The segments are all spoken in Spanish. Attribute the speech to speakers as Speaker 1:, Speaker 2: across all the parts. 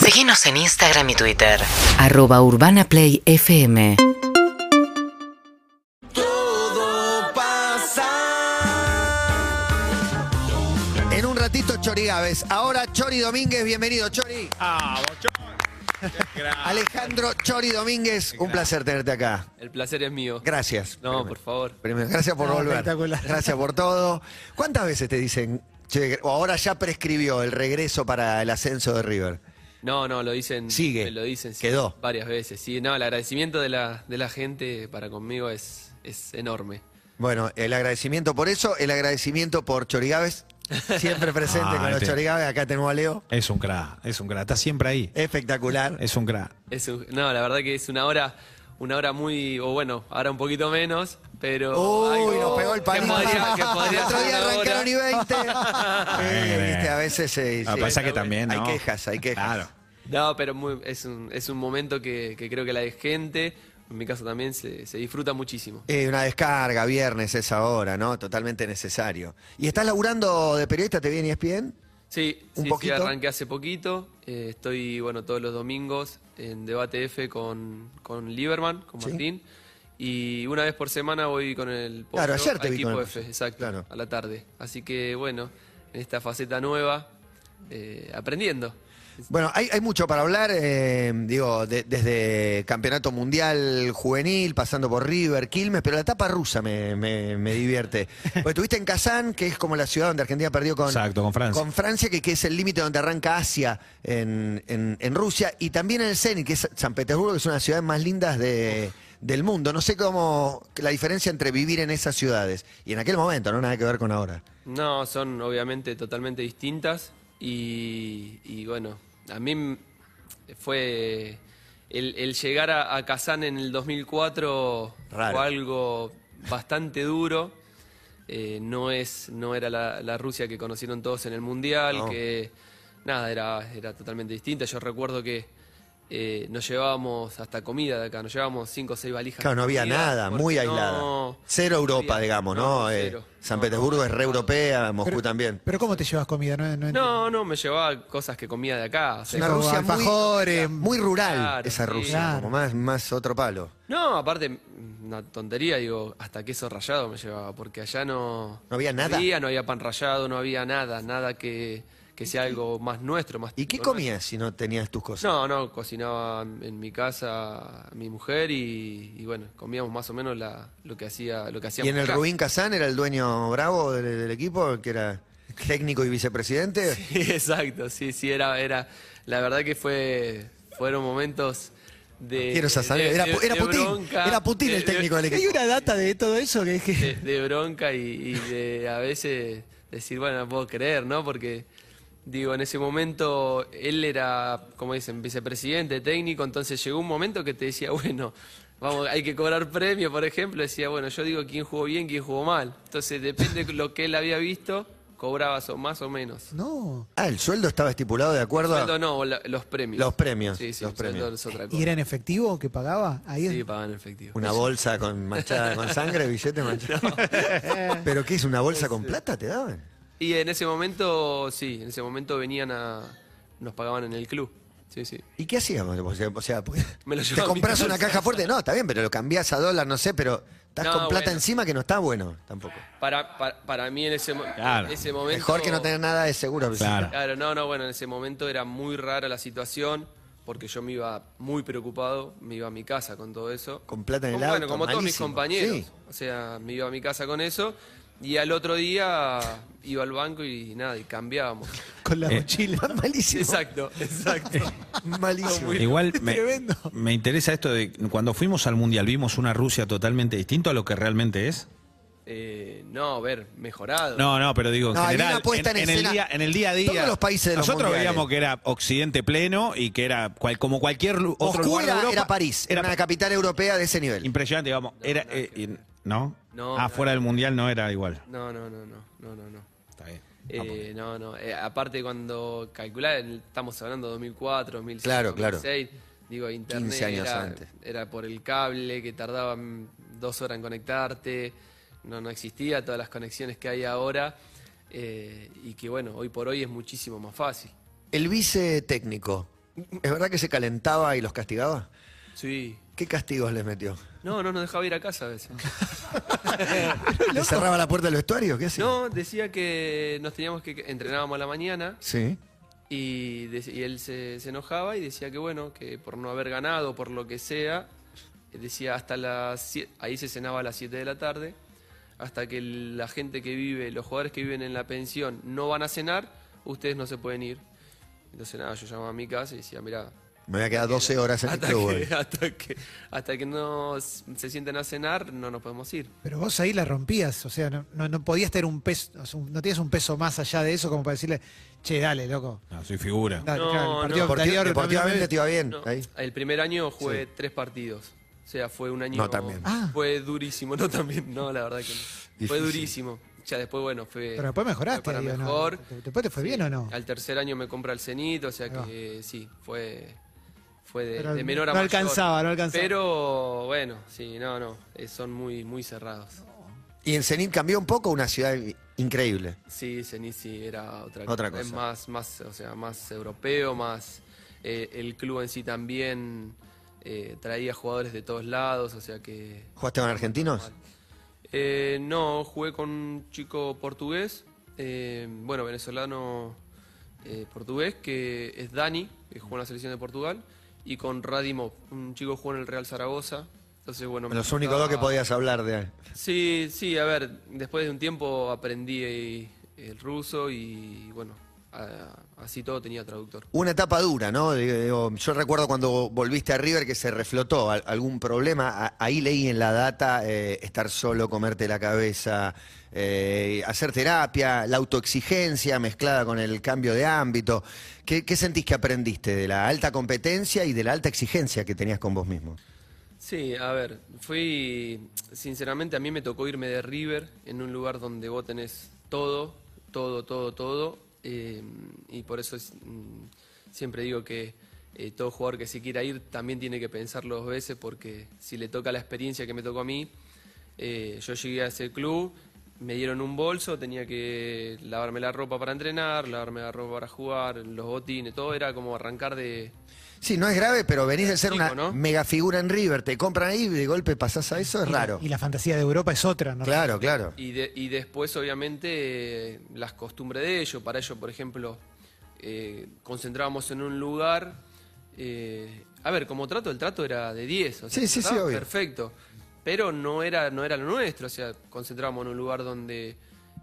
Speaker 1: Seguinos en Instagram y Twitter.
Speaker 2: Arroba Urbana Play FM.
Speaker 3: Todo pasa.
Speaker 4: En un ratito Chori Gávez. Ahora Chori Domínguez, bienvenido Chori.
Speaker 5: Ah, bochón. Qué grande.
Speaker 4: Alejandro Chori Domínguez, un placer tenerte acá.
Speaker 6: El placer es mío.
Speaker 4: Gracias.
Speaker 6: No, por favor.
Speaker 4: Primero, gracias por
Speaker 5: No,
Speaker 4: volver.
Speaker 5: espectacular.
Speaker 4: Gracias por todo. ¿Cuántas veces te dicen, che, o ahora ya prescribió el regreso para el ascenso de River?
Speaker 6: No, no, lo dicen.
Speaker 4: Sigue.
Speaker 6: me Lo dicen. sí,
Speaker 4: Quedó.
Speaker 6: Varias veces. Sí, no, el agradecimiento de la, de la gente para conmigo es, es enorme.
Speaker 4: Bueno, el agradecimiento por eso, el agradecimiento por Chori Gávez, siempre presente
Speaker 5: Ah,
Speaker 4: con los
Speaker 5: este.
Speaker 4: Chori Gávez. Acá tenemos a Leo.
Speaker 5: Es un crack, es un crack. Está siempre ahí.
Speaker 4: Espectacular.
Speaker 5: Es un crack.
Speaker 6: Es un- no, la verdad que es una hora, una hora muy, o bueno, ahora un poquito menos, pero.
Speaker 4: Uy,
Speaker 6: algo
Speaker 4: nos pegó el
Speaker 6: que
Speaker 4: palito.
Speaker 6: podría- que podría
Speaker 4: el otro
Speaker 6: ser
Speaker 4: día
Speaker 6: una hora.
Speaker 4: arrancaron y 20. Eh,
Speaker 5: Bueno.
Speaker 4: viste, a veces se.
Speaker 5: Lo que
Speaker 4: se-
Speaker 5: Ah, pasa es que también,
Speaker 4: Hay
Speaker 5: ¿no?
Speaker 4: quejas, hay quejas.
Speaker 5: Claro.
Speaker 6: No, pero muy- es, un, es un momento que, que creo que la gente, en mi caso también, se, se disfruta muchísimo.
Speaker 4: Eh, una descarga, viernes es ahora, ¿no? Totalmente necesario. ¿Y estás laburando de periodista? ¿Te viene bien?
Speaker 6: Sí,
Speaker 4: ¿Un
Speaker 6: sí,
Speaker 4: poquito?
Speaker 6: sí, arranqué hace poquito. Eh, estoy, bueno, todos los domingos en Debate F con, con Lieberman, con Martín. Y una vez por semana voy con el pollo
Speaker 4: Claro, ayer te
Speaker 6: a
Speaker 4: vi con
Speaker 6: Equipo
Speaker 4: el
Speaker 6: F,
Speaker 4: pollo.
Speaker 6: exacto,
Speaker 4: Claro.
Speaker 6: a la tarde. Así que, bueno, en esta faceta nueva, eh, aprendiendo.
Speaker 4: Bueno, hay, hay mucho para hablar, eh, digo, de- desde Campeonato Mundial Juvenil, pasando por River, Quilmes, pero la etapa rusa me, me- me divierte. Porque estuviste en Kazán, que es como la ciudad donde Argentina perdió con,
Speaker 5: Exacto, con Francia.
Speaker 4: con Francia, que, que es el límite donde arranca Asia en, en- en Rusia, y también en el Zenit, que es San Petersburgo, que es una de las ciudades más lindas de- del mundo. No sé cómo la diferencia entre vivir en esas ciudades y en aquel momento, no nada que ver con ahora.
Speaker 6: No, son obviamente totalmente distintas y, y bueno, a mí m- fue el, el llegar a, a Kazán en el 2004
Speaker 4: Raro.
Speaker 6: fue algo bastante duro. Eh, no es, no era la, la Rusia que conocieron todos en el mundial,
Speaker 4: No.
Speaker 6: que nada era, era totalmente distinta. Yo recuerdo que eh, nos llevábamos hasta comida de acá, nos llevábamos cinco o seis valijas.
Speaker 4: Claro,
Speaker 6: de
Speaker 4: no había
Speaker 6: comida
Speaker 4: nada,
Speaker 6: porque
Speaker 4: muy
Speaker 6: no-
Speaker 4: aislada. Cero
Speaker 6: no
Speaker 4: Europa,
Speaker 6: había-
Speaker 4: digamos, ¿no? Eh,
Speaker 6: cero. Ah,
Speaker 4: San
Speaker 6: No, no,
Speaker 4: Petersburgo es re
Speaker 6: no.
Speaker 4: europea, Moscú también.
Speaker 7: Pero ¿cómo te llevas comida? No, no entiendo.
Speaker 6: No, no, me llevaba cosas que comía de acá. o
Speaker 4: Es
Speaker 6: sea,
Speaker 4: una
Speaker 7: como
Speaker 4: Rusia muy,
Speaker 7: alfajores,
Speaker 4: muy rural,
Speaker 6: claro,
Speaker 4: esa
Speaker 6: sí.
Speaker 4: Rusia,
Speaker 7: Claro.
Speaker 4: como más, más otro palo.
Speaker 6: No, aparte, una tontería, digo, hasta queso rallado me llevaba, porque allá no...
Speaker 4: ¿No había nada?
Speaker 6: No había, no había pan rallado, no había nada, nada que, que sea algo más nuestro, más...
Speaker 4: ¿Y qué
Speaker 6: típico
Speaker 4: comías si no tenías tus cosas?
Speaker 6: nuestro. No, no, cocinaba en mi casa mi mujer y, y bueno, comíamos más o menos la, lo que hacía lo que
Speaker 4: ¿Y
Speaker 6: hacíamos
Speaker 4: en el
Speaker 6: acá.
Speaker 4: Rubín Kazán era el dueño bravo del, del equipo, el que era técnico y vicepresidente?
Speaker 6: Exacto, sí, sí, era, era, la verdad que fue, fueron momentos Eh, de...
Speaker 4: Quiero esa sangre. Era pu- era Putin, era Putin el
Speaker 6: de- de-
Speaker 4: técnico del equipo.
Speaker 7: Hay una data de todo eso que es que...
Speaker 6: de, de bronca y, y de a veces decir, bueno, no puedo creer, ¿no? Porque, digo, en ese momento él era, como dicen, vicepresidente técnico, entonces llegó un momento que te decía, bueno, vamos, hay que cobrar premio, por ejemplo, decía, bueno, yo digo quién jugó bien, quién jugó mal. Entonces, depende de lo que él había visto, cobrabas o más o menos.
Speaker 7: No.
Speaker 4: Ah, el sueldo estaba estipulado de acuerdo. a-
Speaker 6: Sueldo no, o la- los premios.
Speaker 4: Los premios,
Speaker 6: Sí, sí,
Speaker 4: los
Speaker 6: el sueldo
Speaker 4: premios.
Speaker 6: es otra cosa.
Speaker 7: ¿Y era en efectivo que pagaba? Ahí es-
Speaker 6: Sí, pagaban en efectivo.
Speaker 4: Una bolsa con manchada con sangre, billete manchado. ¿Pero qué es? ¿Una bolsa
Speaker 6: eh,
Speaker 4: con plata te daban?
Speaker 6: Y en ese momento, sí, en ese momento venían a... Nos pagaban en el club. Sí, sí.
Speaker 4: ¿Y qué hacíamos? O sea, o sea, porque
Speaker 6: Me lo llevo
Speaker 4: te
Speaker 6: a mi
Speaker 4: compras
Speaker 6: casa.
Speaker 4: una caja fuerte, no, está bien, pero lo cambiás a dólar, no sé, pero estás
Speaker 6: No,
Speaker 4: con plata
Speaker 6: bueno.
Speaker 4: encima que no está bueno tampoco.
Speaker 6: Para, para, para mí en ese, mo-
Speaker 5: Claro.
Speaker 6: ese momento...
Speaker 4: Mejor que no tener nada de seguro.
Speaker 5: Claro.
Speaker 6: Claro, no, no, bueno, en ese momento era muy rara la situación porque yo me iba muy preocupado, me iba a mi casa con todo eso.
Speaker 4: Con plata en el
Speaker 6: Como,
Speaker 4: auto,
Speaker 6: Bueno, como todos mis
Speaker 4: malísimo,
Speaker 6: compañeros.
Speaker 4: sí.
Speaker 6: O sea, me iba a mi casa con eso y al otro día iba al banco y nada, y cambiábamos.
Speaker 7: con la
Speaker 5: Eh,
Speaker 7: mochila.
Speaker 4: Malísimo.
Speaker 6: Exacto, exacto.
Speaker 4: Malísimo.
Speaker 5: Igual me,
Speaker 7: Tremendo.
Speaker 5: me interesa esto de cuando fuimos al Mundial, vimos una Rusia totalmente distinta a lo que realmente es.
Speaker 6: Eh, no, a ver, mejorado.
Speaker 5: No, no, pero digo, en
Speaker 4: No, hay
Speaker 5: general,
Speaker 4: una puesta en escena.
Speaker 5: el día, en el día a día.
Speaker 4: Todos los países de los
Speaker 5: Nosotros
Speaker 4: mundiales.
Speaker 5: veíamos que era Occidente pleno y que era cual- como cualquier lu- otro
Speaker 4: Moscú
Speaker 5: lugar de
Speaker 4: era,
Speaker 5: Europa.
Speaker 4: era París, era
Speaker 5: Era
Speaker 4: una capital europea de ese nivel.
Speaker 5: impresionante, digamos. era, eh, y- ¿No?
Speaker 6: No,
Speaker 5: ah,
Speaker 6: no,
Speaker 5: fuera del Mundial no era igual.
Speaker 6: No, no, no, no, no, no, no.
Speaker 5: Está bien.
Speaker 4: Ah,
Speaker 6: Eh, no, no. eh, aparte, cuando calcular, estamos hablando de 2004, 2005,
Speaker 4: Claro, claro.
Speaker 6: 2006. Digo, internet
Speaker 4: 15 años
Speaker 6: era,
Speaker 4: antes.
Speaker 6: era por el cable que tardaban dos horas en conectarte. No, no existía todas las conexiones que hay ahora. eh, y que bueno, hoy por hoy es muchísimo más fácil.
Speaker 4: El vice técnico. ¿Es verdad que se calentaba y los castigaba?
Speaker 6: Sí.
Speaker 4: ¿Qué castigos les metió?
Speaker 6: No, no nos dejaba ir a casa a veces.
Speaker 4: ¿Le cerraba la puerta del vestuario? ¿Qué hacía?
Speaker 6: No, decía que nos teníamos que... Entrenábamos a la mañana
Speaker 4: Sí.
Speaker 6: y, de- y él se, se enojaba y decía que bueno, que por no haber ganado, por lo que sea, eh, decía hasta las... sie- Ahí se cenaba a las 7 de la tarde, hasta que la gente que vive, los jugadores que viven en la pensión no van a cenar, ustedes no se pueden ir. Entonces nada, yo llamaba a mi casa y decía, mira,
Speaker 4: Me voy a quedar 12 horas en el
Speaker 6: hasta
Speaker 4: club. hoy.
Speaker 6: que, hasta, que, hasta que no s- se sienten a cenar, no nos podemos ir.
Speaker 7: Pero vos ahí la rompías, o sea, no, no, no podías tener un peso, o sea, un- no tenías un peso más allá de eso como para decirle, che, dale, loco.
Speaker 5: No, soy figura.
Speaker 7: Dale,
Speaker 6: No,
Speaker 7: claro, el
Speaker 6: no.
Speaker 7: partido
Speaker 4: Deporti-
Speaker 7: anterior
Speaker 4: deportivamente te
Speaker 7: también-
Speaker 4: iba bien.
Speaker 6: No,
Speaker 4: ahí.
Speaker 6: El primer año jugué tres partidos. O sea, fue un año.
Speaker 4: No, también.
Speaker 7: Ah.
Speaker 6: Fue durísimo, no también. No, la verdad que no. Fue durísimo. Ya después, bueno, fue.
Speaker 7: Pero después mejoraste,
Speaker 6: fue para
Speaker 7: digo, ¿no?
Speaker 6: mejor.
Speaker 7: ¿Te- después te fue
Speaker 6: Sí.
Speaker 7: bien o no?
Speaker 6: Al tercer año me compra el cenito, o sea
Speaker 7: va.
Speaker 6: que sí, fue. Fue de,
Speaker 7: Pero
Speaker 6: de menor a
Speaker 7: no
Speaker 6: mayor.
Speaker 7: alcanzaba, no alcanzaba.
Speaker 6: Pero bueno, sí, no, no. eh, son muy, muy cerrados.
Speaker 4: Y en Zenit cambió un poco una ciudad i- increíble.
Speaker 6: Sí, Zenit sí era otra,
Speaker 4: Otra
Speaker 6: Es
Speaker 4: cosa.
Speaker 6: más, más, o sea, más europeo, más eh, el club en sí también eh, traía jugadores de todos lados, o sea que
Speaker 4: ¿Jugaste con argentinos?
Speaker 6: eh, no, jugué con un chico portugués, eh, bueno, venezolano eh, portugués, que es Dani, que jugó en la selección de Portugal, y con Radimov, un chico que jugó en el Real Zaragoza. Entonces, bueno, me
Speaker 4: Los únicos dos que
Speaker 6: gustaba-
Speaker 4: podías hablar de.
Speaker 6: Sí, sí, a ver, después de un tiempo aprendí eh, el ruso y bueno, a- así todo tenía traductor.
Speaker 4: Una etapa dura, ¿no? Digo, yo recuerdo cuando volviste a River que se reflotó al- algún problema. A- Ahí leí en la data eh, estar solo, comerte la cabeza, eh, hacer terapia, la autoexigencia mezclada con el cambio de ámbito. ¿Qué, qué sentís que aprendiste de la alta competencia y de la alta exigencia que tenías con vos mismo?
Speaker 6: Sí, a ver, fui, sinceramente a mí me tocó irme de River en un lugar donde vos tenés todo, todo, todo, todo, eh, y por eso es, mm, siempre digo que eh, todo jugador que se quiera ir también tiene que pensarlo dos veces porque si le toca la experiencia que me tocó a mí, eh, yo llegué a ese club, me dieron un bolso, tenía que lavarme la ropa para entrenar, lavarme la ropa para jugar, los botines, todo era como arrancar de,
Speaker 4: Sí, no es grave, pero venís de ser
Speaker 6: Chico,
Speaker 4: una
Speaker 6: ¿no?
Speaker 4: mega figura en River, te compran ahí y de golpe pasás a eso, es
Speaker 7: Y la-
Speaker 4: raro.
Speaker 7: Y la fantasía de Europa es otra, ¿no?
Speaker 4: Claro, claro.
Speaker 6: Y, de- y después, obviamente, eh, las costumbres de ellos. Para ellos, por ejemplo, eh, concentrábamos en un lugar. eh, a ver, como trato, el trato era de 10. O sea,
Speaker 4: Sí, sí, sí,
Speaker 6: estaba
Speaker 4: obvio.
Speaker 6: Perfecto. Pero no era, no era lo nuestro. O sea, concentrábamos en un lugar donde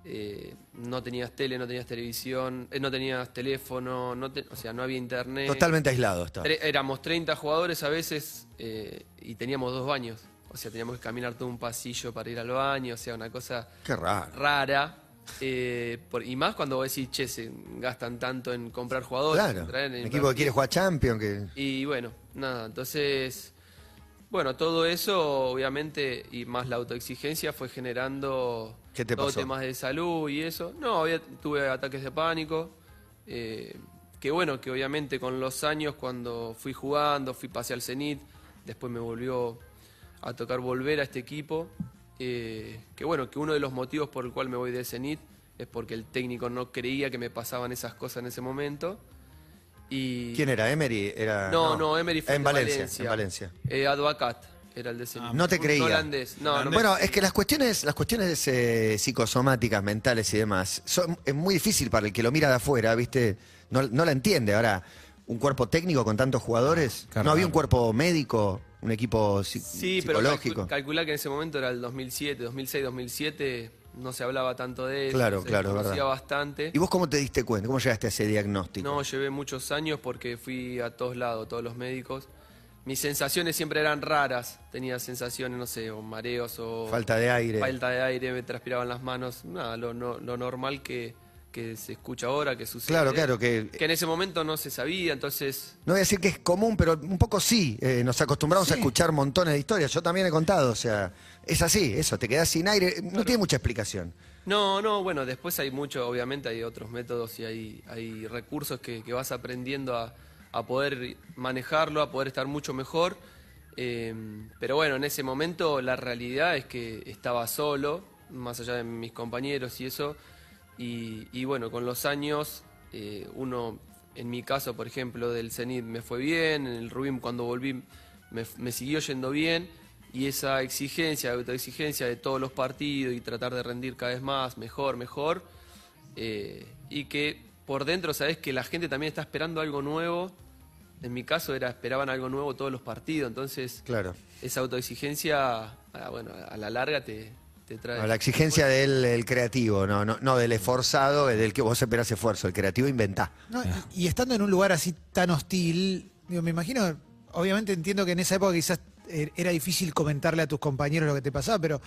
Speaker 6: eh, no tenías tele, no tenías televisión, eh, no tenías teléfono, no te- o sea, no había internet.
Speaker 4: Totalmente aislado está.
Speaker 6: eh, Tre- éramos 30 jugadores a veces eh, y teníamos dos baños. O sea, teníamos que caminar todo un pasillo para ir al baño. O sea, una cosa
Speaker 4: Qué raro.
Speaker 6: rara. eh, por- y más cuando vos decís, che, se gastan tanto en comprar jugadores.
Speaker 4: Claro.
Speaker 6: en traer, en
Speaker 4: Un equipo que quiere jugar Champions, que
Speaker 6: Y bueno, nada, entonces, bueno, todo eso, obviamente, y más la autoexigencia fue generando
Speaker 4: ¿Qué te
Speaker 6: todo
Speaker 4: pasó?
Speaker 6: temas de salud y eso. No, había- tuve ataques de pánico. eh, que bueno, que obviamente con los años, cuando fui jugando, fui pasé al Cenit, después me volvió a tocar volver a este equipo. eh, que bueno, que uno de los motivos por el cual me voy de Cenit es porque el técnico no creía que me pasaban esas cosas en ese momento. Y
Speaker 4: ¿Quién era? Emery era
Speaker 6: no, no, Emery fue
Speaker 4: en
Speaker 6: de
Speaker 4: Valencia, en Valencia.
Speaker 6: Eh, Advocat era el de ese.
Speaker 4: No te
Speaker 6: Un
Speaker 4: creía.
Speaker 6: Ah, holandés. No, no me-
Speaker 4: Bueno, es que las cuestiones, las cuestiones eh, psicosomáticas, mentales y demás, son, es muy difícil para el que lo mira de afuera, ¿viste? No, no la entiende. Ahora, un cuerpo técnico con tantos
Speaker 6: Ah,
Speaker 4: jugadores,
Speaker 5: Claro.
Speaker 4: no había un cuerpo médico, un equipo psi-
Speaker 6: sí, pero
Speaker 4: psicológico.
Speaker 6: calcu- calculá que en ese momento era el 2007, 2006, 2007, no se hablaba tanto de eso.
Speaker 4: Claro,
Speaker 6: se
Speaker 4: claro,
Speaker 6: conocía
Speaker 4: verdad.
Speaker 6: bastante.
Speaker 4: ¿Y vos cómo te diste cuenta? ¿Cómo llegaste a ese diagnóstico?
Speaker 6: No, llevé muchos años porque fui a todos lados, todos los médicos. Mis sensaciones siempre eran raras. Tenía sensaciones, no sé, o mareos o.
Speaker 4: Falta de aire.
Speaker 6: Falta de aire, me transpiraban las manos. Nada, lo, no- lo normal que, que se escucha ahora, que sucede.
Speaker 4: Claro, claro, que-
Speaker 6: eh, Que en ese momento no se sabía, entonces
Speaker 4: No voy a decir que es común, pero un poco sí. eh, nos acostumbramos a escuchar montones de historias. Yo también he contado, o sea, es así, eso, te quedás sin aire. No tiene mucha explicación.
Speaker 6: No, no, bueno, después hay mucho, obviamente hay otros métodos y hay, hay recursos que, que vas aprendiendo a, a poder manejarlo, a poder estar mucho mejor. Eh, pero bueno, en ese momento la realidad es que estaba solo, más allá de mis compañeros y eso. Y, y bueno, con los años eh, uno en mi caso, por ejemplo, del Zenit me fue bien, en el Rubim cuando volví me, me siguió yendo bien, y esa exigencia, autoexigencia de todos los partidos y tratar de rendir cada vez más, mejor, mejor, eh, y que por dentro sabes que la gente también está esperando algo nuevo. En mi caso era esperaban algo nuevo todos los partidos, entonces
Speaker 4: Claro.
Speaker 6: esa autoexigencia, ah, bueno, a la larga te, te trae.
Speaker 4: No, la exigencia del el creativo, no, no, no del esforzado, eh, del que vos esperás esfuerzo. El creativo inventá.
Speaker 7: No, y- y, estando en un lugar así tan hostil, digo, me imagino, obviamente entiendo que en esa época quizás eh, era difícil comentarle a tus compañeros lo que te pasaba, pero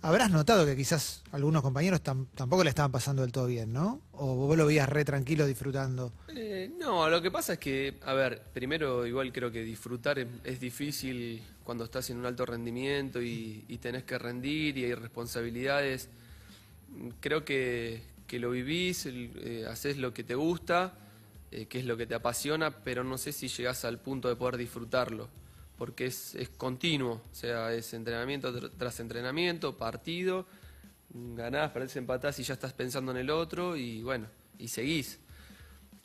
Speaker 7: habrás notado que quizás algunos compañeros tam- tampoco le estaban pasando del todo bien, ¿no? O vos lo veías re tranquilo disfrutando.
Speaker 6: Eh, no, lo que pasa es que, a ver, primero igual creo que disfrutar es, es difícil cuando estás en un alto rendimiento y, y tenés que rendir y hay responsabilidades. Mm, Creo que, que lo vivís, el- eh, haces lo que te gusta, eh, que es lo que te apasiona, pero no sé si llegás al punto de poder disfrutarlo, porque es, es continuo, o sea, es entrenamiento tr- tras entrenamiento, partido, mm, ganás, perdés, empatás y ya estás pensando en el otro y bueno, y seguís.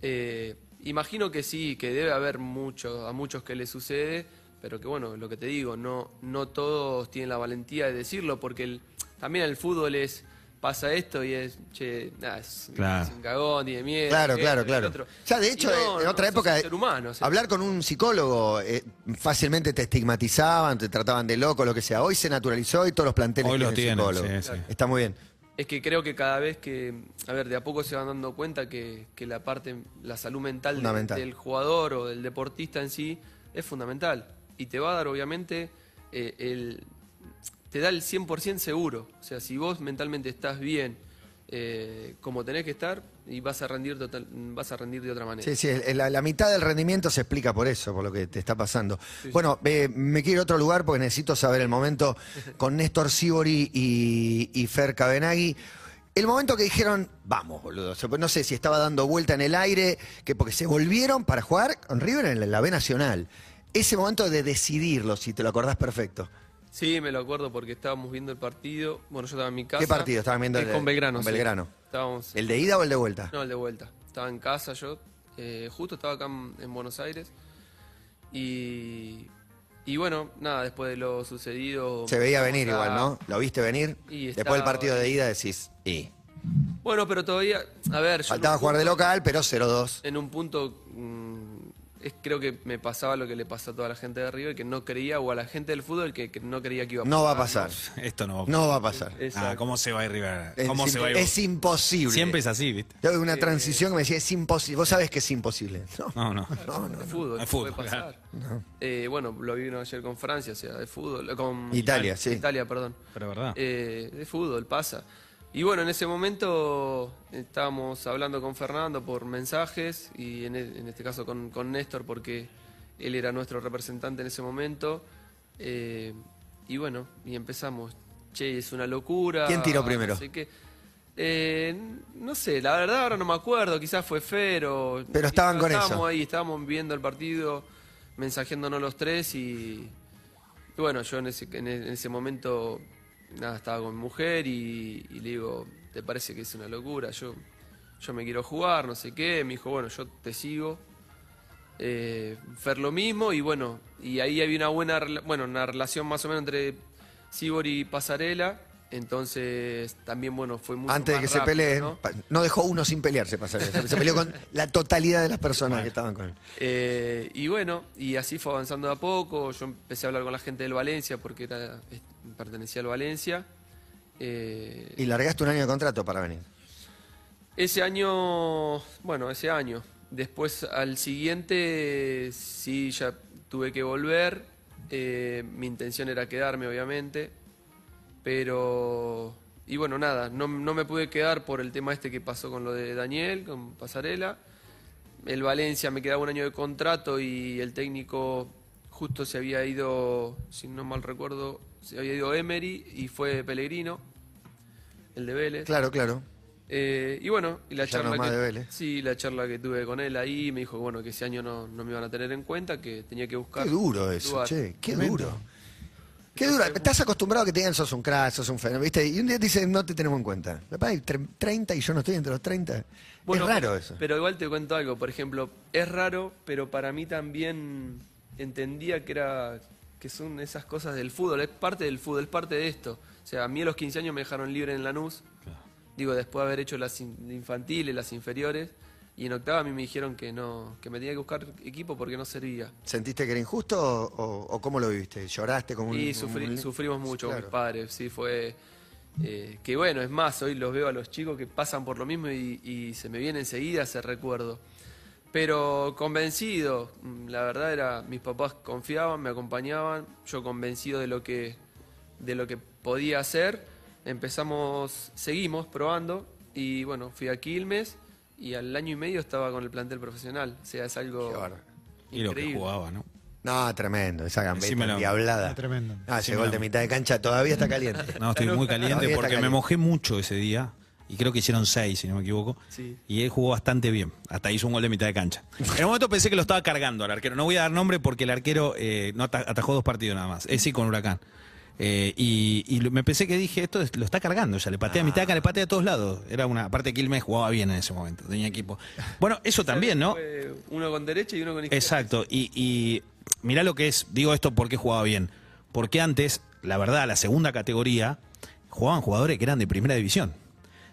Speaker 6: Eh, imagino que sí, que debe haber mucho, a muchos que les sucede, pero que bueno, lo que te digo, no, no todos tienen la valentía de decirlo, porque el- también el fútbol es pasa esto y es, che, nada, es,
Speaker 5: Claro.
Speaker 6: es un cagón, tiene miedo.
Speaker 4: Claro,
Speaker 6: esto,
Speaker 4: claro,
Speaker 6: Eh, el
Speaker 4: claro.
Speaker 6: otro.
Speaker 4: Ya, de
Speaker 6: Y
Speaker 4: hecho,
Speaker 6: no,
Speaker 4: eh, en
Speaker 6: no,
Speaker 4: otra
Speaker 6: sos
Speaker 4: época,
Speaker 6: un
Speaker 4: eh,
Speaker 6: ser humano, o sea,
Speaker 4: hablar con un psicólogo eh, fácilmente te estigmatizaban, te trataban de loco, lo que sea. Hoy se naturalizó y todos los planteles
Speaker 5: Hoy lo
Speaker 4: tienen
Speaker 5: tienen,
Speaker 4: psicólogo.
Speaker 5: sí, sí.
Speaker 4: Está muy bien.
Speaker 6: Es que creo que cada vez que, a ver, de a poco se van dando cuenta que, que la parte, la salud mental de-
Speaker 4: Fundamental.
Speaker 6: del jugador o del deportista en sí es fundamental. Y te va a dar, obviamente, eh, el, te da el 100% seguro. O sea, si vos mentalmente estás bien, eh, como tenés que estar, y vas a rendir, total- vas a rendir de otra manera.
Speaker 4: Sí, sí, el- la, la mitad del rendimiento se explica por eso, por lo que te está pasando. Bueno, eh, me quiero ir a otro lugar porque necesito saber el momento con Néstor Sibori y, y Fer Cabenagui. El momento que dijeron, vamos, boludo. O sea, pues no sé si estaba dando vuelta en el aire, que porque se volvieron para jugar con River en la, la B Nacional. Ese momento de decidirlo, si te lo acordás perfecto.
Speaker 6: Sí, me lo acuerdo porque estábamos viendo el partido. Bueno, yo estaba en mi casa.
Speaker 4: ¿Qué partido estaban viendo?
Speaker 6: Eh,
Speaker 4: El-
Speaker 6: Con Belgrano.
Speaker 4: con
Speaker 6: sí.
Speaker 4: Belgrano.
Speaker 6: Estábamos
Speaker 4: ¿El de ida o el de vuelta?
Speaker 6: No, el de vuelta. Estaba en casa yo. eh, justo estaba acá en, en Buenos Aires. Y, y bueno, nada, después de lo sucedido.
Speaker 4: Se veía
Speaker 6: empezamos
Speaker 4: venir
Speaker 6: a-
Speaker 4: igual, ¿no? ¿Lo viste venir?
Speaker 6: Y
Speaker 4: Después del
Speaker 6: estaba-
Speaker 4: partido de ida decís, y.
Speaker 6: Bueno, pero todavía. A ver, yo. en
Speaker 4: Faltaba
Speaker 6: un
Speaker 4: jugar de
Speaker 6: punto-
Speaker 4: local, pero 0-2.
Speaker 6: En un punto. mm, es, creo que me pasaba lo que le pasa a toda la gente de River, que no creía, o a la gente del fútbol, que, que no creía que iba a pasar.
Speaker 4: No va a pasar.
Speaker 5: Esto no.
Speaker 4: No va a pasar.
Speaker 6: Eh,
Speaker 5: Ah,
Speaker 6: Exacto.
Speaker 5: ¿cómo se va a ir River?
Speaker 4: Es,
Speaker 5: ¿Cómo se
Speaker 4: imp-
Speaker 5: va a ir?
Speaker 4: es imposible.
Speaker 5: Siempre es así, ¿viste?
Speaker 4: Yo tuve una transición que me decía, es imposible. Vos sabés que es imposible. No,
Speaker 5: No, no.
Speaker 4: no, no.
Speaker 6: Es fútbol,
Speaker 5: Es
Speaker 6: ¿qué
Speaker 5: fútbol,
Speaker 6: puede pasar. Eh, bueno, lo vino ayer con Francia, o sea, es fútbol. eh, Con
Speaker 4: Italia, sí.
Speaker 6: Italia, perdón.
Speaker 5: Pero verdad.
Speaker 6: Eh, de fútbol, pasa. Y bueno, en ese momento estábamos hablando con Fernando por mensajes y en, e- en este caso con, con Néstor porque él era nuestro representante en ese momento. Eh, y bueno, y empezamos. Che, es una locura.
Speaker 4: ¿Quién tiró primero?
Speaker 6: No sé, qué. Eh, no sé, la verdad ahora no me acuerdo, quizás fue Fero.
Speaker 4: Pero estaban con
Speaker 6: estábamos
Speaker 4: eso.
Speaker 6: ahí, estábamos viendo el partido, mensajeándonos los tres y, y bueno, yo en ese, en e- en ese momento nada, estaba con mi mujer y, y le digo, ¿te parece que es una locura? Yo, yo me quiero jugar, no sé qué. Me dijo, bueno, yo te sigo. Eh, Fer lo mismo y bueno, y ahí había una buena, rela- bueno, una relación más o menos entre Sibor y Pasarela. Entonces también, bueno, fue muy...
Speaker 4: Antes de que se peleen,
Speaker 6: ¿no?
Speaker 4: pa- no dejó uno sin pelearse, pasar. Se se peleó con la totalidad de las personas que estaban con él.
Speaker 6: Eh, y bueno, y así fue avanzando de a poco. Yo empecé a hablar con la gente del Valencia porque era, es- pertenecía al Valencia. Eh,
Speaker 4: Y largaste un año de contrato para venir.
Speaker 6: ese año, bueno, ese año. Después al siguiente sí ya tuve que volver. Eh, mi intención era quedarme, obviamente. Pero... Y bueno, nada, no, no me pude quedar por el tema este que pasó con lo de Daniel, con Pasarela. El Valencia me quedaba un año de contrato y el técnico justo se había ido, si no mal recuerdo, se había ido Emery y fue Pellegrino, el de Vélez.
Speaker 4: Claro, claro.
Speaker 6: Eh, y bueno, y la
Speaker 4: Ya
Speaker 6: charla
Speaker 4: no más
Speaker 6: que,
Speaker 4: de Vélez.
Speaker 6: sí, la charla que tuve con él ahí me dijo bueno que ese año no, no me iban a tener en cuenta, que tenía que buscar.
Speaker 4: Qué duro eso,
Speaker 6: lugar.
Speaker 4: che. Qué
Speaker 7: Tremendo.
Speaker 4: duro. Qué dura. Estás acostumbrado a que te digan sos un crack, sos un fenómeno, ¿viste? Y un día te dicen no te tenemos en cuenta. Papá, hay tre- 30 y yo no estoy entre los 30.
Speaker 6: Bueno,
Speaker 4: es raro eso.
Speaker 6: Pero igual te cuento algo, por ejemplo, es raro, pero para mí también entendía que era que son esas cosas del fútbol, es parte del fútbol, es parte de esto. O sea, a mí a los 15 años me dejaron libre en Lanús, digo, después de haber hecho las in- infantiles, las inferiores, y en octava a mí me dijeron que no, que me tenía que buscar equipo porque no servía.
Speaker 4: ¿Sentiste que era injusto o, o- o cómo lo viviste? ¿Lloraste como un.?
Speaker 6: Y sufri-
Speaker 4: un-
Speaker 6: sufrimos mucho con
Speaker 4: Claro.
Speaker 6: mis padres, sí, fue... eh, que bueno, es más, hoy los veo a los chicos que pasan por lo mismo y, y se me viene enseguida ese recuerdo. Pero convencido, mm, la verdad era, mis papás confiaban, me acompañaban, yo convencido de lo que, de lo que podía hacer, empezamos, seguimos probando y bueno, fui a Quilmes y al año y medio estaba con el plantel profesional, o sea, es algo...
Speaker 4: Qué bárbaro.
Speaker 5: Y lo que
Speaker 6: increíble.
Speaker 5: jugaba, ¿no?
Speaker 4: No, tremendo, esa gambeta
Speaker 5: Encima la-
Speaker 4: diablada.
Speaker 7: Ah, tremendo.
Speaker 4: Ah, ese
Speaker 5: Encima
Speaker 4: gol
Speaker 5: la-
Speaker 4: de mitad de cancha todavía está caliente.
Speaker 5: No, estoy muy caliente
Speaker 4: Todavía está
Speaker 5: porque me
Speaker 4: caliente.
Speaker 5: mojé mucho ese día. Y creo que hicieron seis, si no me equivoco.
Speaker 6: Sí.
Speaker 5: Y él jugó bastante bien. Hasta hizo un gol de mitad de cancha. En un momento pensé que lo estaba cargando al arquero. No voy a dar nombre porque el arquero eh, no ata- atajó dos partidos nada más. Es sí con Huracán. Eh, y, y lo- me pensé que dije, esto es- lo está cargando. Ya le patea a mitad de cancha, le patea a todos lados. Era una. Aparte, Quilmes jugaba bien en ese momento. Tenía equipo. Bueno, eso también, ¿no?
Speaker 6: Fue uno con derecha y uno con izquierda.
Speaker 5: Exacto, y, y mirá lo que es, digo esto porque jugaba bien. Porque antes, la verdad, la segunda categoría, jugaban jugadores que eran de primera división.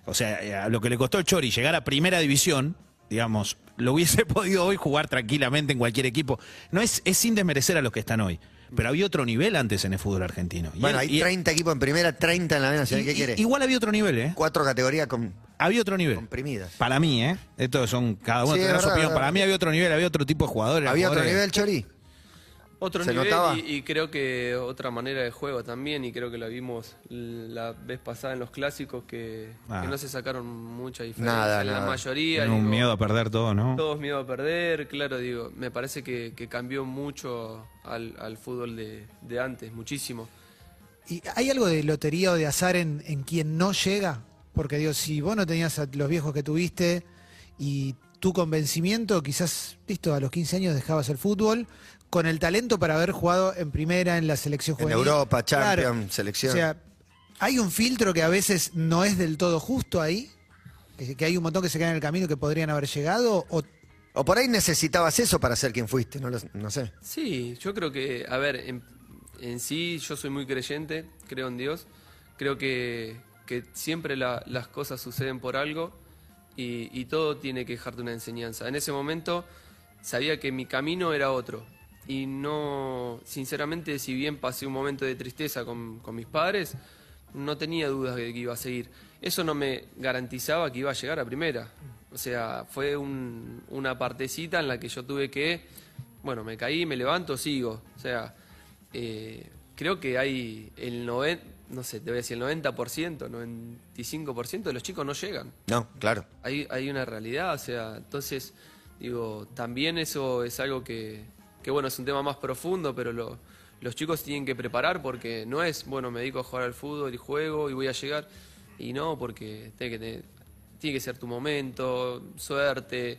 Speaker 5: O sea, eh, a lo que le costó al Chori llegar a primera división, digamos, lo hubiese podido hoy jugar tranquilamente en cualquier equipo. No es, es sin desmerecer a los que están hoy. Pero había otro nivel antes en el fútbol argentino. Y
Speaker 4: Bueno,
Speaker 5: él-
Speaker 4: hay
Speaker 5: y-
Speaker 4: 30 equipos en primera, 30 en la B Nacional.
Speaker 5: y-
Speaker 4: ¿Qué
Speaker 5: y-
Speaker 4: querés?
Speaker 5: Igual había otro nivel, ¿eh?
Speaker 4: Cuatro categorías con.
Speaker 5: Había otro nivel.
Speaker 4: Comprimidas.
Speaker 5: Para mí, ¿eh? Esto son cada uno
Speaker 4: Sí, es
Speaker 5: tendrá su
Speaker 4: verdad,
Speaker 5: opinión.
Speaker 4: verdad.
Speaker 5: Para mí había otro nivel, había otro tipo de jugadores.
Speaker 4: ¿Había otro
Speaker 5: jugadores-
Speaker 4: nivel, Chori?
Speaker 6: Otro
Speaker 4: ¿Se
Speaker 6: nivel
Speaker 4: notaba?
Speaker 6: Y, y creo que otra manera de juego también, y creo que la vimos l- la vez pasada en los clásicos, que,
Speaker 5: Ah.
Speaker 6: que no se sacaron mucha diferencia.
Speaker 4: Nada,
Speaker 6: la
Speaker 4: nada.
Speaker 6: mayoría.
Speaker 5: Tienen un
Speaker 6: digo,
Speaker 5: miedo a perder todo, ¿no?
Speaker 6: Todos miedo a perder, claro, digo, me parece que, que cambió mucho al, al fútbol de, de antes, muchísimo.
Speaker 7: ¿Y hay algo de lotería o de azar en, en quien no llega? Porque digo, si vos no tenías a los viejos que tuviste y tu convencimiento, quizás, listo, a los 15 años dejabas el fútbol con el talento para haber jugado en primera, en la selección
Speaker 4: En
Speaker 7: juvenil.
Speaker 4: Europa,
Speaker 7: Claro.
Speaker 4: Champions, selección.
Speaker 7: O sea, ¿hay un filtro que a veces no es del todo justo ahí? Que, que hay un montón que se quedan en el camino que podrían haber llegado. O,
Speaker 4: o por ahí necesitabas eso para ser quien fuiste, no, lo- no sé.
Speaker 6: Sí, yo creo que, a ver, en, en sí yo soy muy creyente, creo en Dios, creo que, que siempre la- las cosas suceden por algo y, y todo tiene que dejarte una enseñanza. En ese momento sabía que mi camino era otro y no, sinceramente, si bien pasé un momento de tristeza con, con mis padres, no tenía dudas de que iba a seguir. Eso no me garantizaba que iba a llegar a primera. O sea, fue un- una partecita en la que yo tuve que bueno, me caí, me levanto, sigo. O sea, eh, creo que hay el 90, no sé, te voy a decir el 90%, 95% de los chicos no llegan.
Speaker 4: No, claro.
Speaker 6: Hay, hay una realidad, o sea, entonces, digo, también eso es algo que, que bueno, es un tema más profundo, pero lo- los chicos tienen que preparar porque no es, bueno, me dedico a jugar al fútbol y juego y voy a llegar. Y no, porque tiene que, te- tiene que ser tu momento, suerte.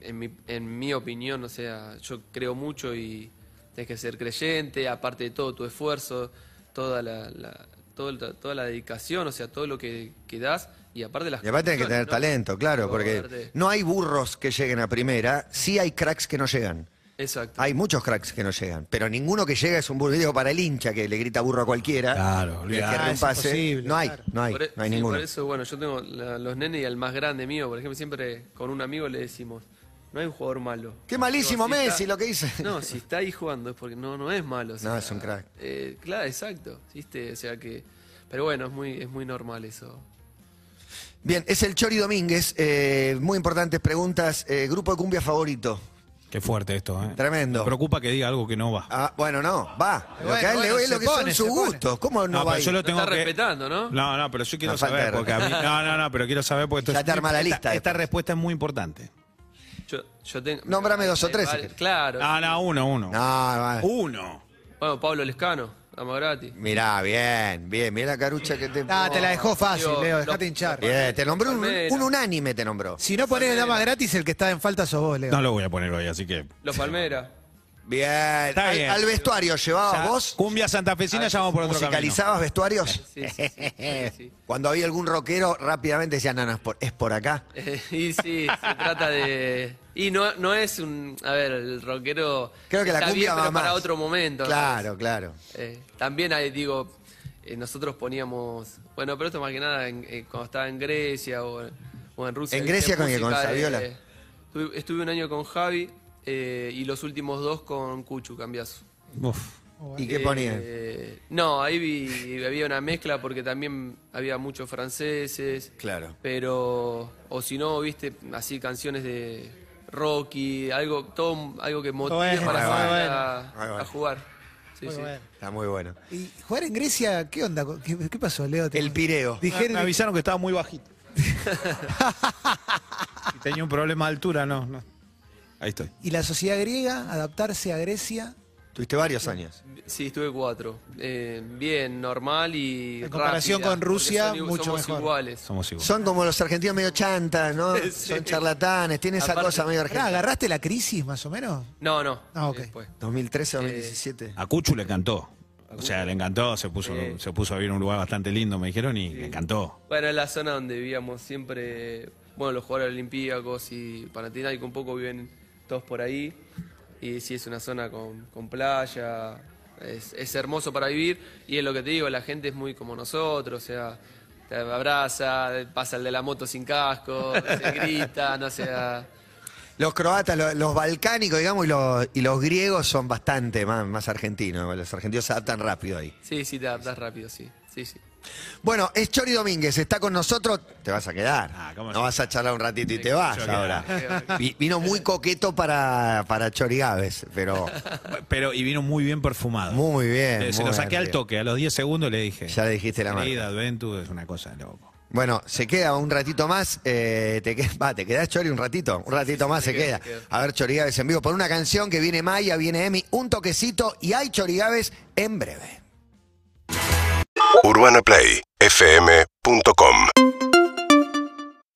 Speaker 6: En mi, en mi opinión, o sea, yo creo mucho y tienes que ser creyente, aparte de todo tu esfuerzo, toda la, la- todo el- toda la dedicación, o sea, todo lo que, que das y aparte las
Speaker 4: Y aparte tenés que tener
Speaker 6: ¿no?
Speaker 4: talento, claro,
Speaker 6: Todo
Speaker 4: porque
Speaker 6: verde.
Speaker 4: no hay burros que lleguen a primera, sí hay cracks que no llegan.
Speaker 6: Exacto.
Speaker 4: Hay muchos cracks que no llegan, pero ninguno que llega es un burro. Yo Digo, para el hincha que le grita burro a cualquiera,
Speaker 5: Claro,
Speaker 4: y el
Speaker 5: olvidate.
Speaker 4: que
Speaker 7: Ah,
Speaker 4: erra un
Speaker 7: es
Speaker 4: pase,
Speaker 7: imposible,
Speaker 4: no hay,
Speaker 7: claro.
Speaker 4: no hay,
Speaker 6: por, e-
Speaker 4: no hay
Speaker 6: sí,
Speaker 4: ninguno.
Speaker 6: por eso, bueno, yo tengo la- los nenes y al más grande mío, por ejemplo, siempre con un amigo le decimos, no hay un jugador malo.
Speaker 4: Qué malísimo
Speaker 6: Digo, si
Speaker 4: Messi
Speaker 6: está-
Speaker 4: lo que hice.
Speaker 6: No, si está ahí jugando es porque no, no es malo. o sea,
Speaker 4: es un crack.
Speaker 6: eh, claro, exacto. ¿viste? O sea que... Pero bueno, es muy, es muy normal eso.
Speaker 4: Bien, es el Chori Domínguez, eh, muy importantes preguntas, eh, grupo de cumbia favorito.
Speaker 5: Qué fuerte esto, ¿eh?
Speaker 4: Tremendo.
Speaker 5: Me preocupa que diga algo que no va.
Speaker 4: Ah, bueno, no, va. Lo
Speaker 7: Bueno,
Speaker 4: que a él le
Speaker 7: bueno,
Speaker 4: es lo
Speaker 7: se
Speaker 4: que
Speaker 7: pone,
Speaker 4: son
Speaker 7: se
Speaker 4: sus
Speaker 7: pone.
Speaker 4: gustos. ¿Cómo no,
Speaker 5: No,
Speaker 4: va a
Speaker 5: pero
Speaker 4: ir?
Speaker 5: yo lo
Speaker 6: No
Speaker 5: tengo
Speaker 6: está
Speaker 5: que-
Speaker 6: respetando, ¿no?
Speaker 5: No, no, pero yo quiero
Speaker 4: Una falta
Speaker 5: saber
Speaker 4: de
Speaker 5: porque a mí... No, no, no, pero quiero saber porque esto
Speaker 4: Ya
Speaker 5: es-
Speaker 4: te arma la lista
Speaker 5: Esta, esta
Speaker 4: después.
Speaker 5: respuesta es muy importante.
Speaker 6: Yo, yo tengo...
Speaker 4: Nómbrame dos o
Speaker 6: Hay
Speaker 4: tres, si
Speaker 6: varios-
Speaker 4: querés.
Speaker 6: Claro.
Speaker 5: No, Ah, no, uno, uno.
Speaker 4: No, va.
Speaker 7: Uh.
Speaker 5: Uno.
Speaker 6: Bueno, Pablo Lescano, Amagrati.
Speaker 4: Mirá, bien, bien, mirá la carucha que te.
Speaker 7: Ah, te la dejó fácil,
Speaker 6: Digo,
Speaker 7: Leo,
Speaker 6: no,
Speaker 7: dejate hinchar.
Speaker 4: Bien, te nombró un,
Speaker 6: Palmera.
Speaker 4: un unánime, te nombró.
Speaker 7: Si no pones el dama gratis, el que está en falta sos vos, Leo.
Speaker 5: No lo voy a poner hoy, así que...
Speaker 6: Los Palmera.
Speaker 4: Bien.
Speaker 5: Está
Speaker 4: Al-
Speaker 5: bien.
Speaker 4: Al, vestuario llevabas
Speaker 5: Ya,
Speaker 4: vos.
Speaker 5: Cumbia santafesina,
Speaker 6: Ah,
Speaker 5: ya vamos por otro camino.
Speaker 4: ¿Musicalizabas vestuarios?
Speaker 6: Sí, sí, sí, sí, sí.
Speaker 4: Eh, Cuando había algún rockero, rápidamente decían, no, no, es por, es por acá.
Speaker 6: Eh, y sí, se trata de. Y no, no es un. A ver, el rockero.
Speaker 4: Creo que la
Speaker 6: está bien,
Speaker 4: cumbia va
Speaker 6: pero
Speaker 4: más.
Speaker 6: para otro momento. ¿no?
Speaker 4: Claro, claro.
Speaker 6: Eh, también hay, digo, eh, nosotros poníamos. Bueno, pero esto más que nada en- eh, cuando estaba en Grecia o, o en Rusia.
Speaker 4: ¿En
Speaker 6: ¿viste?
Speaker 4: Grecia con qué? ¿Con
Speaker 6: Música,
Speaker 4: Saviola?
Speaker 6: estuve, estuve un año con Javi eh, y los últimos dos con Cuchu Cambiazo.
Speaker 5: Uf.
Speaker 4: ¿Y qué ponían?
Speaker 6: Eh, no, ahí vi- había una mezcla porque también había muchos franceses.
Speaker 4: Claro.
Speaker 6: Pero, o si no, viste, así canciones de Rocky, algo, todo, algo que motive
Speaker 7: Bueno,
Speaker 6: para
Speaker 4: muy
Speaker 6: salir
Speaker 7: bueno.
Speaker 6: a,
Speaker 4: Muy bueno.
Speaker 6: a jugar. Sí,
Speaker 7: Muy
Speaker 6: sí.
Speaker 7: bueno.
Speaker 4: Está muy bueno.
Speaker 7: Y jugar en Grecia, ¿qué onda? ¿Qué, qué pasó, Leo? ¿Te-
Speaker 4: El pireo.
Speaker 7: Dijeron,
Speaker 5: Me avisaron que estaba muy bajito. Y tenía un problema de altura, no, no. Ahí estoy.
Speaker 7: y la sociedad griega, adaptarse a Grecia,
Speaker 4: Tuviste varios años.
Speaker 6: Sí, estuve cuatro. Eh, bien, normal y.
Speaker 7: En comparación
Speaker 6: rápida,
Speaker 7: con Rusia,
Speaker 6: porque son i-
Speaker 7: mucho
Speaker 6: somos
Speaker 7: mejor.
Speaker 6: iguales.
Speaker 5: Somos iguales.
Speaker 4: Son como los argentinos medio chantas, ¿no? Son charlatanes, tiene esa
Speaker 6: Aparte-
Speaker 4: cosa medio
Speaker 7: Pará,
Speaker 4: argentina.
Speaker 7: ¿agarraste la crisis más o menos?
Speaker 6: No, no.
Speaker 7: Ah, ok.
Speaker 6: después. Eh.
Speaker 4: 2013, 2017.
Speaker 5: A Cuchu le encantó. O sea, le encantó, se puso,
Speaker 6: Sí.
Speaker 5: se puso a vivir en un lugar bastante lindo, me dijeron, y le encantó.
Speaker 6: Bueno, es la zona donde vivíamos siempre, bueno, los jugadores olímpicos y Panathinaikos un poco viven todos por ahí. Y sí, es una zona con, con playa, es, es hermoso para vivir. Y es lo que te digo, la gente es muy como nosotros, o sea, te abraza, pasa el de la moto sin casco, se grita, no sea...
Speaker 4: Los croatas, lo- los, balcánicos, digamos, y los, y los griegos son bastante más, más argentinos. Los argentinos se adaptan rápido ahí.
Speaker 6: Sí, sí, te adaptas rápido, sí, sí, sí.
Speaker 4: Bueno, es Chori Domínguez, está con nosotros. Te vas a quedar.
Speaker 5: Ah, ¿cómo
Speaker 4: no
Speaker 5: se-
Speaker 4: vas a charlar un ratito y te
Speaker 5: Me
Speaker 4: vas
Speaker 5: quiero
Speaker 4: ahora.
Speaker 6: quedar.
Speaker 4: Vi- Vino muy coqueto para, para Chori Gávez, pero
Speaker 5: Pero, y vino muy bien perfumado.
Speaker 4: muy bien.
Speaker 5: Eh, se
Speaker 4: muy
Speaker 5: lo saqué al
Speaker 4: arriba.
Speaker 5: toque, a los 10 segundos le dije.
Speaker 4: Ya le dijiste la
Speaker 5: Querida
Speaker 4: mano.
Speaker 5: Adventure es una cosa de loco.
Speaker 4: Bueno, se queda un ratito más. eh, te, que- va, te quedás, Chori, un ratito. Un ratito más se
Speaker 6: me quedo,
Speaker 4: queda.
Speaker 6: me quedo.
Speaker 4: A ver, Chori Gávez en vivo. Por una canción que viene Maya, viene Emi, un toquecito y hay Chori Gávez en breve.
Speaker 3: UrbanaPlay fm.com